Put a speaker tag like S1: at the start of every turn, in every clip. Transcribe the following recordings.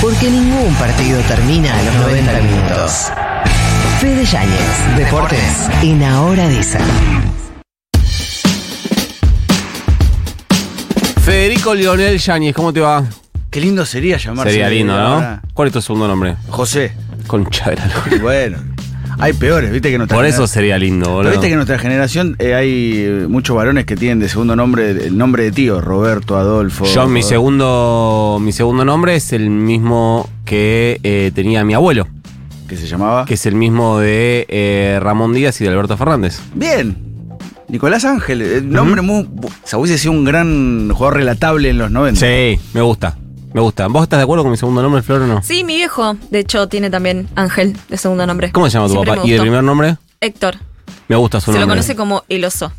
S1: Porque ningún partido termina a los 90 minutos. Fede Yáñez, Deportes, en Ahora Dicen.
S2: Federico Lionel Yáñez, ¿cómo te va?
S3: Qué lindo sería llamarse.
S2: Sería lindo, ¿no?
S3: ahora
S2: ¿Cuál es tu segundo nombre?
S3: José.
S2: Concha de la lora.
S3: Y Bueno, hay peores, viste que no
S2: Por eso sería lindo, boludo.
S3: Pero viste que en nuestra generación eh, hay eh, muchos varones que tienen de segundo nombre el nombre de tío, Roberto, Adolfo.
S2: Yo, mi segundo, mi segundo nombre es el mismo que eh, tenía mi abuelo,
S3: Que se llamaba.
S2: que es el mismo de eh, Ramón Díaz y de Alberto Fernández.
S3: Bien. Nicolás Ángel, eh, nombre muy. bu- O sea, hubiese sido un gran jugador relatable en los 90.
S2: Sí, me gusta, me gusta. ¿Vos estás de acuerdo con mi segundo nombre, Flor, o no?
S4: Sí, mi viejo, de hecho, tiene también Ángel, de segundo nombre.
S2: ¿Cómo se llama tu
S4: Siempre
S2: papá?
S4: me
S2: ¿Y el
S4: gustó.
S2: primer nombre?
S4: Héctor.
S2: Me gusta su
S4: se lo
S2: nombre.
S4: conoce como el oso.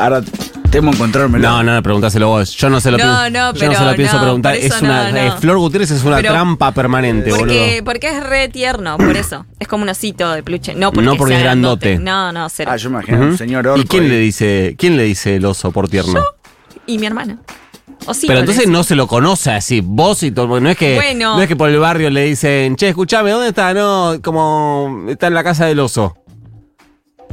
S3: Ahora temo encontrarme.
S2: No, no, no, preguntáselo vos. Yo no se lo
S4: No,
S2: pienso.
S4: no,
S2: yo no se
S4: pero
S2: lo pienso
S4: no,
S2: preguntar.
S4: por eso
S2: Es una,
S4: no, no.
S2: eh, Flor Gutiérrez es una
S4: Pero-
S2: trampa permanente,
S4: Porque,
S2: boludo.
S4: porque es re tierno, por eso. Es como un osito de peluche. No porque,
S2: No porque
S4: sea
S2: es grandote.
S4: No, no, cero.
S3: Ah, yo me imagino
S2: Ujú.
S3: un señor orco.
S2: ¿Y quién le
S3: ahí.
S2: dice, quién le dice el oso por tierno?
S4: Y mi hermana. Osito.
S2: Pero
S4: le
S2: entonces
S4: decía.
S2: no se lo conoce así, vos y todo. No es que,
S4: Bueno.
S2: no es que por el barrio le dicen, che, escuchame, ¿dónde está? No, como está en la casa del oso.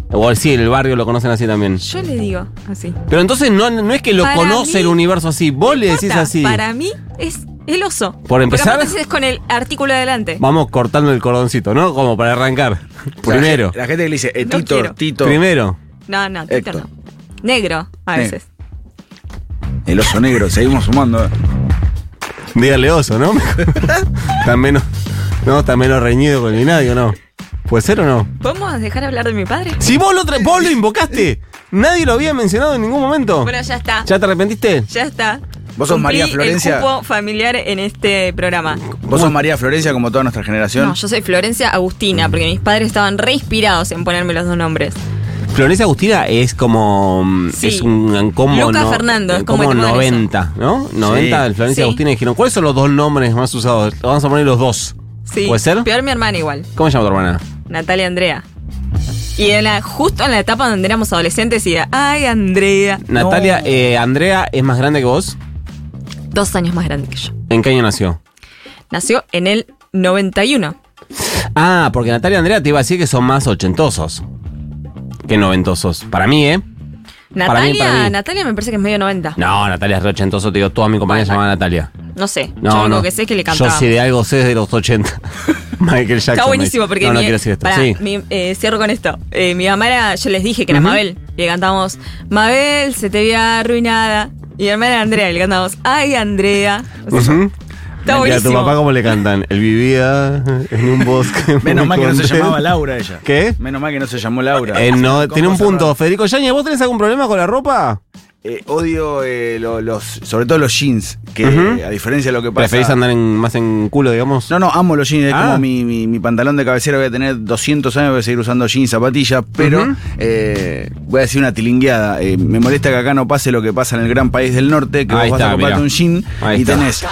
S2: O sí, en el barrio lo conocen así también.
S4: Yo le digo así.
S2: Pero entonces no, no es que lo
S4: Para
S2: conoce
S4: mí-
S2: el universo así, vos le decís
S4: Tata,
S2: así.
S4: Para mí es el oso.
S2: Por empezar-
S4: Porque aparte es con el artículo adelante.
S2: Vamos cortando el cordoncito, ¿no? Como para arrancar.
S3: La
S2: Primero.
S3: gente- La, gente que le dice, eh,
S4: No
S3: Tito,
S4: quiero.
S3: Tito.
S2: Primero.
S4: No, no, Tito
S3: Héctor.
S4: no. Negro, a
S3: Sí.
S4: veces.
S3: El oso negro, seguimos sumando. ¿eh?
S2: Dígale oso, ¿no? está menos. No, está menos reñido con el vinagre, ¿no? ¿Puede ser o no?
S4: ¿Podemos dejar hablar de mi padre?
S2: Si vos lo, tra- vos lo invocaste, nadie lo había mencionado en ningún momento.
S4: Bueno, ya está.
S2: ¿Ya te arrepentiste?
S4: Ya está.
S3: ¿Vos sos
S4: Cumplí
S3: María Florencia?
S4: El cupo familiar en este programa.
S3: Vos sos María Florencia como toda nuestra generación.
S4: No, yo soy Florencia Agustina, porque mis padres estaban re inspirados en ponerme los dos nombres.
S2: Florencia Agustina es como. mm,
S4: Sí.
S2: Es un combo.
S4: Luca
S2: no-
S4: Fernando, es como
S2: como
S4: el tipo de
S2: 90, ¿no? 90
S3: Sí.
S2: de Florencia
S4: Sí.
S2: Agustina. Dijeron, ¿cuáles son los dos nombres más usados? Vamos a poner los dos.
S4: Sí.
S2: ¿Puede ser?
S4: Peor mi hermana igual,
S2: ¿Cómo se llama tu hermana?
S4: Natalia Andrea. Y en la, justo en la etapa donde éramos adolescentes y era, ay, Andrea.
S2: Natalia, eh, Andrea es más grande que vos.
S4: Dos años más grande que yo.
S2: ¿En qué año nació?
S4: Nació en el 91.
S2: Ah, porque Natalia y Andrea te iba a decir que son más ochentosos que noventosos. Para mí, ¿eh?
S4: Natalia,
S2: Para mí, para mí.
S4: Natalia me parece que es medio 90.
S2: No, Natalia es re ochentoso, te digo, todas mis compañeras se llamaban Natalia.
S4: No sé.
S2: No,
S4: yo lo
S2: no.
S4: único que sé es que le
S2: Yo
S4: cantaba.
S2: sí de algo sé desde los 80. Michael Jackson.
S4: Está buenísimo porque
S2: No, no
S4: mi-
S2: quiero decir esto.
S4: pará,
S2: sí.
S4: mi- eh, cierro con esto. Eh, mi mamá era, yo les dije que era
S2: Ujú.
S4: Mabel. Y le cantamos, Mabel, se te ve arruinada. Y mi hermana era Andrea, y le cantamos, ay Andrea. O sea,
S2: Ujú.
S4: Está
S2: ¿Y a
S4: buenísimo.
S2: tu papá cómo le cantan? Él vivía en un bosque.
S3: Menos mal que no se
S2: con-
S3: llamaba Laura ella.
S2: ¿Qué?
S3: Menos mal que no se llamó Laura.
S2: Eh, no,
S3: Con
S2: tiene un
S3: cosas
S2: punto.
S3: raras.
S2: Federico Yañez, ¿vos tenés algún problema con la ropa?
S3: Eh, odio eh, lo- los, sobre todo los jeans, que
S2: Ujú.
S3: a diferencia de lo que pasa.
S2: ¿Preferís andar en- más en culo, digamos?
S3: No, no, amo los jeans. Es
S2: Ah.
S3: como mi, mi- mi pantalón de cabecera. Voy a tener 200 años, voy a seguir usando jeans, zapatillas, pero
S2: Ujú.
S3: eh, voy a decir una tilingueada. Eh, me molesta que acá no pase lo que pasa en el gran país del norte, que
S2: Ahí
S3: vos vas
S2: está,
S3: a comprarte
S2: mirá.
S3: un jean
S2: Ahí
S3: y
S2: está.
S3: tenés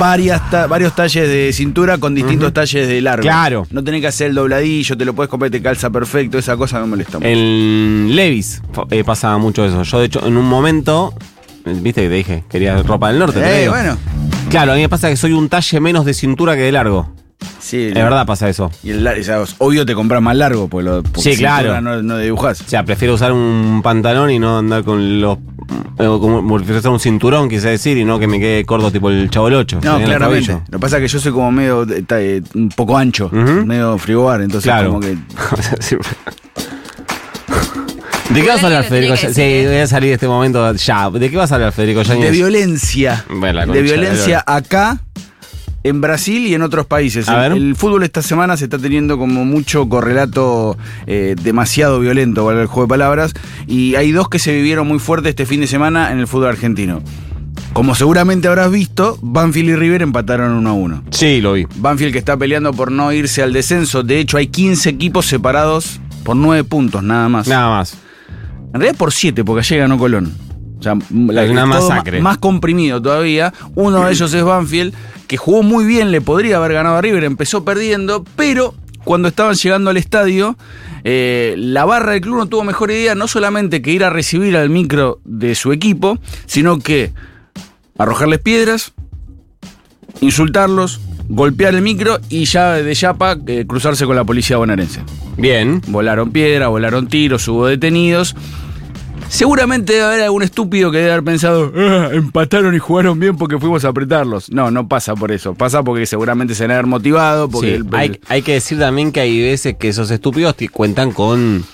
S3: varias ta- varios talles de cintura con distintos talles de largo.
S2: Claro.
S3: No tenés que hacer el dobladillo, te lo puedes comprar y te calza perfecto. Esa cosa me
S2: Eh,
S3: molesta mucho.
S2: En Levis fa- eh, pasa mucho eso. Yo, de hecho, en un momento, eh, viste que te dije, quería ropa del norte. te
S3: Eh,
S2: digo.
S3: bueno.
S2: Claro, a mí me pasa que soy un talle menos de cintura que de largo.
S3: Sí,
S2: Es verdad pasa eso.
S3: Y el, lar- o sea, obvio te compras más largo, porque lo porque
S2: Sí,
S3: cintura
S2: claro.
S3: no, no dibujás.
S2: O sea, prefiero usar un pantalón y no andar con los... eh, como- Prefiero usar un cinturón, quise decir, y no que me quede corto tipo el chavo del ocho. que
S3: No,
S2: tenía el
S3: claramente.
S2: tobillo.
S3: Lo que pasa es que yo soy como medio, eh, ta- eh, un poco ancho,
S2: Ujú.
S3: medio frigobar, entonces
S2: Claro.
S3: como que...
S2: Sí. ¿De qué vas a hablar, Federico?
S4: Tiene que
S2: Sí,
S4: decir. ¿eh?
S2: voy a salir de este momento ya. ¿De qué vas a hablar, Federico? Yáñez?
S3: De violencia.
S2: Bueno, la concha
S3: de
S2: de la
S3: violencia acá, en Brasil y en otros países.
S2: A ver.
S3: el, el fútbol esta semana se está teniendo como mucho correlato eh, demasiado violento, valga el juego de palabras, y hay dos que se vivieron muy fuerte este fin de semana en el fútbol argentino. Como seguramente habrás visto, Banfield y River empataron 1 a 1.
S2: Sí, lo vi.
S3: Banfield que está peleando por no irse al descenso. De hecho, hay 15 equipos separados por 9 puntos nada más.
S2: Nada más.
S3: En realidad por 7, porque ayer ganó Colón. O sea, la-
S2: Una
S3: todo
S2: masacre.
S3: ma- Más comprimido todavía. Uno de ellos es Banfield, que jugó muy bien, le podría haber ganado a River, empezó perdiendo, pero cuando estaban llegando al estadio, eh, la barra del club no tuvo mejor idea, no solamente que ir a recibir al micro de su equipo, sino que arrojarles piedras, insultarlos, golpear el micro y ya de Yapa eh, cruzarse con la policía bonaerense.
S2: Bien.
S3: Volaron piedra, volaron tiros, hubo detenidos. Seguramente debe haber algún estúpido que debe haber pensado, "Ah, empataron y jugaron bien porque fuimos a apretarlos. No, no pasa por eso. Pasa porque seguramente se han de haber motivado. Porque
S2: Sí,
S3: el- el-
S2: hay, hay que decir también que hay veces que esos estúpidos te cuentan con,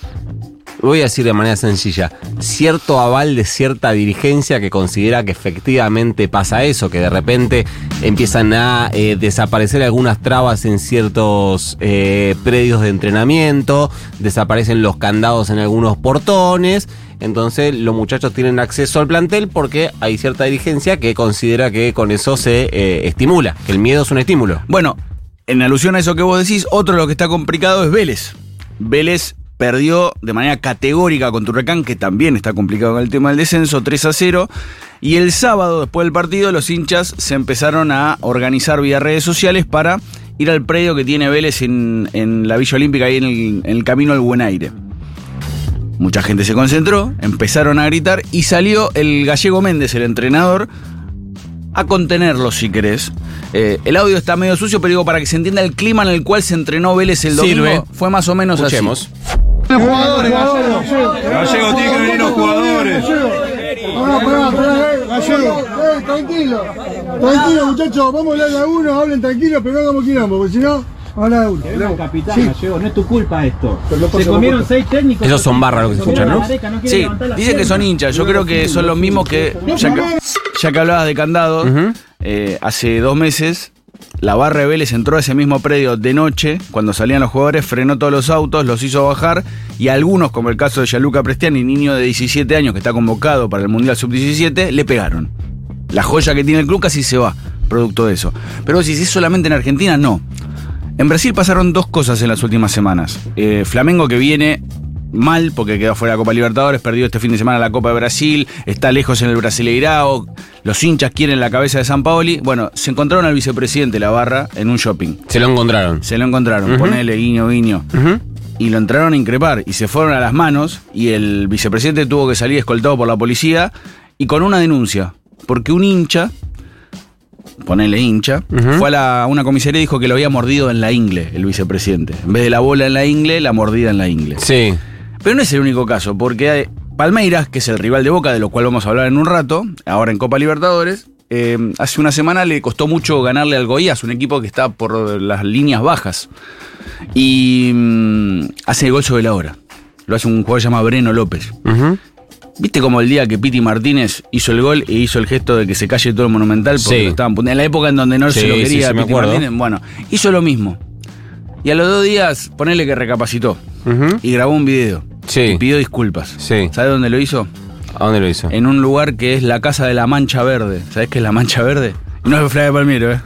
S2: voy a decir de manera sencilla, cierto aval de cierta dirigencia que considera que efectivamente pasa eso, que de repente empiezan a eh, desaparecer algunas trabas en ciertos eh, predios de entrenamiento, desaparecen los candados en algunos portones. Entonces los muchachos tienen acceso al plantel porque hay cierta dirigencia que considera que con eso se eh, estimula, que el miedo es un estímulo.
S3: Bueno, en alusión a eso que vos decís, otro de lo que está complicado es Vélez. Vélez perdió de manera categórica contra Huracán, que también está complicado con el tema del descenso, 3 a 0. Y el sábado, después del partido, los hinchas se empezaron a organizar vía redes sociales para ir al predio que tiene Vélez en, en la Villa Olímpica, ahí en el, en el camino al Buen Aire. Mucha gente se concentró, empezaron a gritar y salió el gallego Méndez, el entrenador, a contenerlos si querés. Eh, el audio está medio sucio, pero digo, para que se entienda el clima en el cual se entrenó Vélez el domingo,
S2: Sirve.
S3: fue más o menos
S2: Escuchemos.
S3: así.
S5: Jugadores, Gallego. Gallego, tiene que venir los jugadores. Pará, pará, pará, eh, Gallego. Eh, tranquilo. Tranquilo, muchachos. Vamos a hablar de a uno, hablen tranquilo, pero no hagamos quilombo, porque si no, habla de uno.
S6: capitán, Gallego, no es tu culpa esto. se comieron seis técnicos.
S2: Esos son barras los que se escuchan, ¿no?
S3: Sí, dicen que son hinchas. Yo creo que son los mismos que, ya que, ya que hablabas de candado, eh, hace dos meses la barra de Vélez entró a ese mismo predio de noche, cuando salían los jugadores, frenó todos los autos, los hizo bajar y algunos, como el caso de Gianluca Prestiani, niño de 17 años que está convocado para el Mundial Sub-17, le pegaron. La joya que tiene el club casi se va, producto de eso. Pero si es solamente en Argentina, no. En Brasil pasaron dos cosas en las últimas semanas. Eh, Flamengo que viene mal porque quedó fuera de la Copa Libertadores, perdió este fin de semana la Copa de Brasil, está lejos en el Brasileirao, los hinchas quieren la cabeza de San Paoli. Bueno, se encontraron al vicepresidente de la barra en un shopping.
S2: Se lo encontraron.
S3: Se lo encontraron, ponele guiño guiño. Y lo entraron a increpar y se fueron a las manos y el vicepresidente tuvo que salir escoltado por la policía y con una denuncia. Porque un hincha, ponele hincha, fue a, la- a una comisaría y dijo que lo había mordido en la ingle el vicepresidente. En vez de la bola en la ingle, la mordida en la ingle.
S2: Sí.
S3: Pero no es el único caso, porque hay- Palmeiras, que es el rival de Boca, de lo cual vamos a hablar en un rato, ahora en Copa Libertadores, eh, hace una semana le costó mucho ganarle al Goiás, un equipo que está por las líneas bajas. Y mm, hace el gol sobre la hora. Lo hace un jugador llamado Breno López. ¿Viste como el día que Piti Martínez hizo el gol e hizo el gesto de que se calle todo el Monumental porque
S2: Sí.
S3: lo estaban puteando? En la época en donde no se
S2: Sí,
S3: lo
S2: sí,
S3: quería
S2: sí, me
S3: Piti
S2: acuerdo.
S3: Martínez. Bueno, hizo lo mismo. Y a los dos días, ponele que recapacitó.
S2: Ujú.
S3: Y grabó un video.
S2: Sí.
S3: Y pidió disculpas.
S2: Sí.
S3: ¿Sabes dónde lo hizo?
S2: ¿A dónde lo hizo?
S3: En un lugar que es la Casa de la Mancha Verde. ¿Sabes qué es la Mancha Verde? Y No es Flavia Palmiro, ¿eh?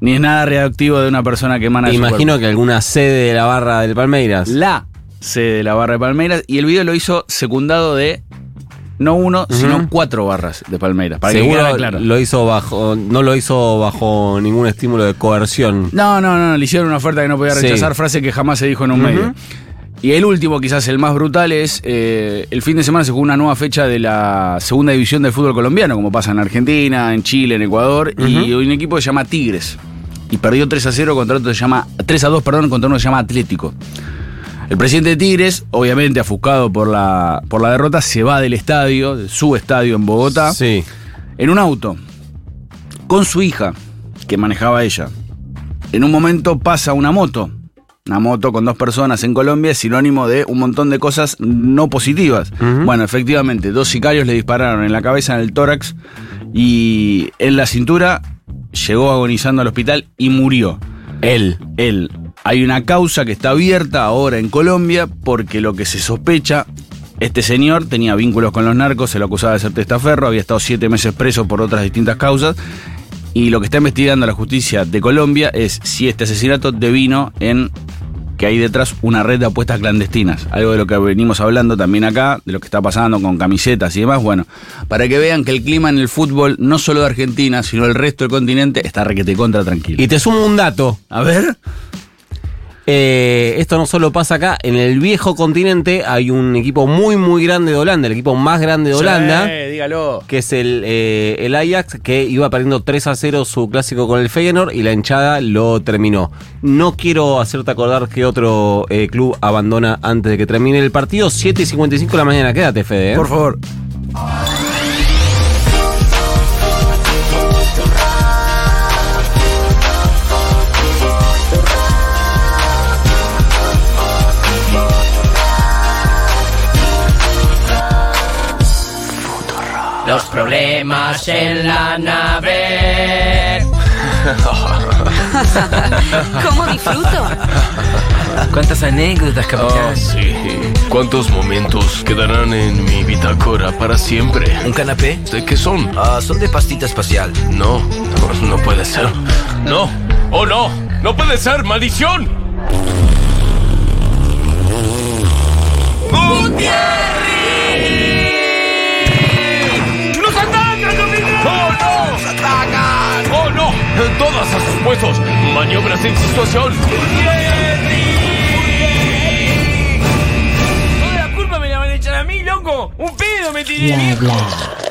S3: Ni es nada reactivo de una persona que emana de su
S2: Imagino que alguna sede de la barra del Palmeiras.
S3: la sede de la barra de Palmeiras y el video lo hizo secundado de no uno, sino cuatro barras de Palmeiras. Para que quedara
S2: Seguro
S3: claro.
S2: lo hizo bajo, no lo hizo bajo ningún estímulo de coerción.
S3: No, no, no, le hicieron una oferta que no podía
S2: Sí.
S3: rechazar, frase que jamás se dijo en un medio. Y el último, quizás el más brutal, es eh, el fin de semana se jugó una nueva fecha de la segunda división del fútbol colombiano, como pasa en Argentina, en Chile, en Ecuador, y hay un equipo que se llama Tigres. Y perdió 3 a 0 contra otro que se llama. 3 a 2, perdón, contra uno que se llama Atlético. El presidente de Tigres, obviamente afuscado por la, por la derrota, se va del estadio, de su estadio en Bogotá
S2: Sí.
S3: en un auto con su hija que manejaba ella. En un momento pasa una moto, una moto con dos personas en Colombia es sinónimo de un montón de cosas no positivas. Bueno, efectivamente, dos sicarios le dispararon en la cabeza, en el tórax y en la cintura llegó agonizando al hospital y murió. Él, él. Hay una causa que está abierta ahora en Colombia porque lo que se sospecha, este señor tenía vínculos con los narcos, se lo acusaba de ser testaferro, había estado siete meses preso por otras distintas causas. Y lo que está investigando la justicia de Colombia es si este asesinato devino en que hay detrás una red de apuestas clandestinas. Algo de lo que venimos hablando también acá, de lo que está pasando con camisetas y demás. Bueno, para que vean que el clima en el fútbol, no solo de Argentina, sino el resto del continente, está requete contra tranquilo.
S2: Y te sumo un dato.
S3: a ver.
S2: Eh, esto no solo pasa acá, en el viejo continente hay un equipo muy, muy grande de Holanda, el equipo más grande de Holanda,
S3: Eh, dígalo.
S2: que es el, eh, el Ajax, que iba perdiendo 3 a 0 su clásico con el Feyenoord y la hinchada lo terminó. No quiero hacerte acordar que otro eh, club abandona antes de que termine el partido. 7 y 55 de la mañana, quédate, Fede. ¿eh?
S3: Por favor.
S7: Los problemas en la nave.
S4: ¿Cómo disfruto?
S8: ¿Cuántas anécdotas, capitán?
S9: Ah, Sí. ¿Cuántos momentos quedarán en mi bitácora para siempre?
S8: ¿Un canapé?
S9: ¿De qué son?
S8: Ah, son de pastita espacial.
S9: No, no puede ser. No, oh no, no puede ser, maldición. ¡Gutiérrez! ¡Nos atacan, capitán! ¡Oh no! ¡Nos atacan! ¡Oh no! En todas a sus puestos, maniobras en situación.
S7: Toda la culpa me la van a echar a mí, loco. Un pedo me tiré.
S1: Bla bla.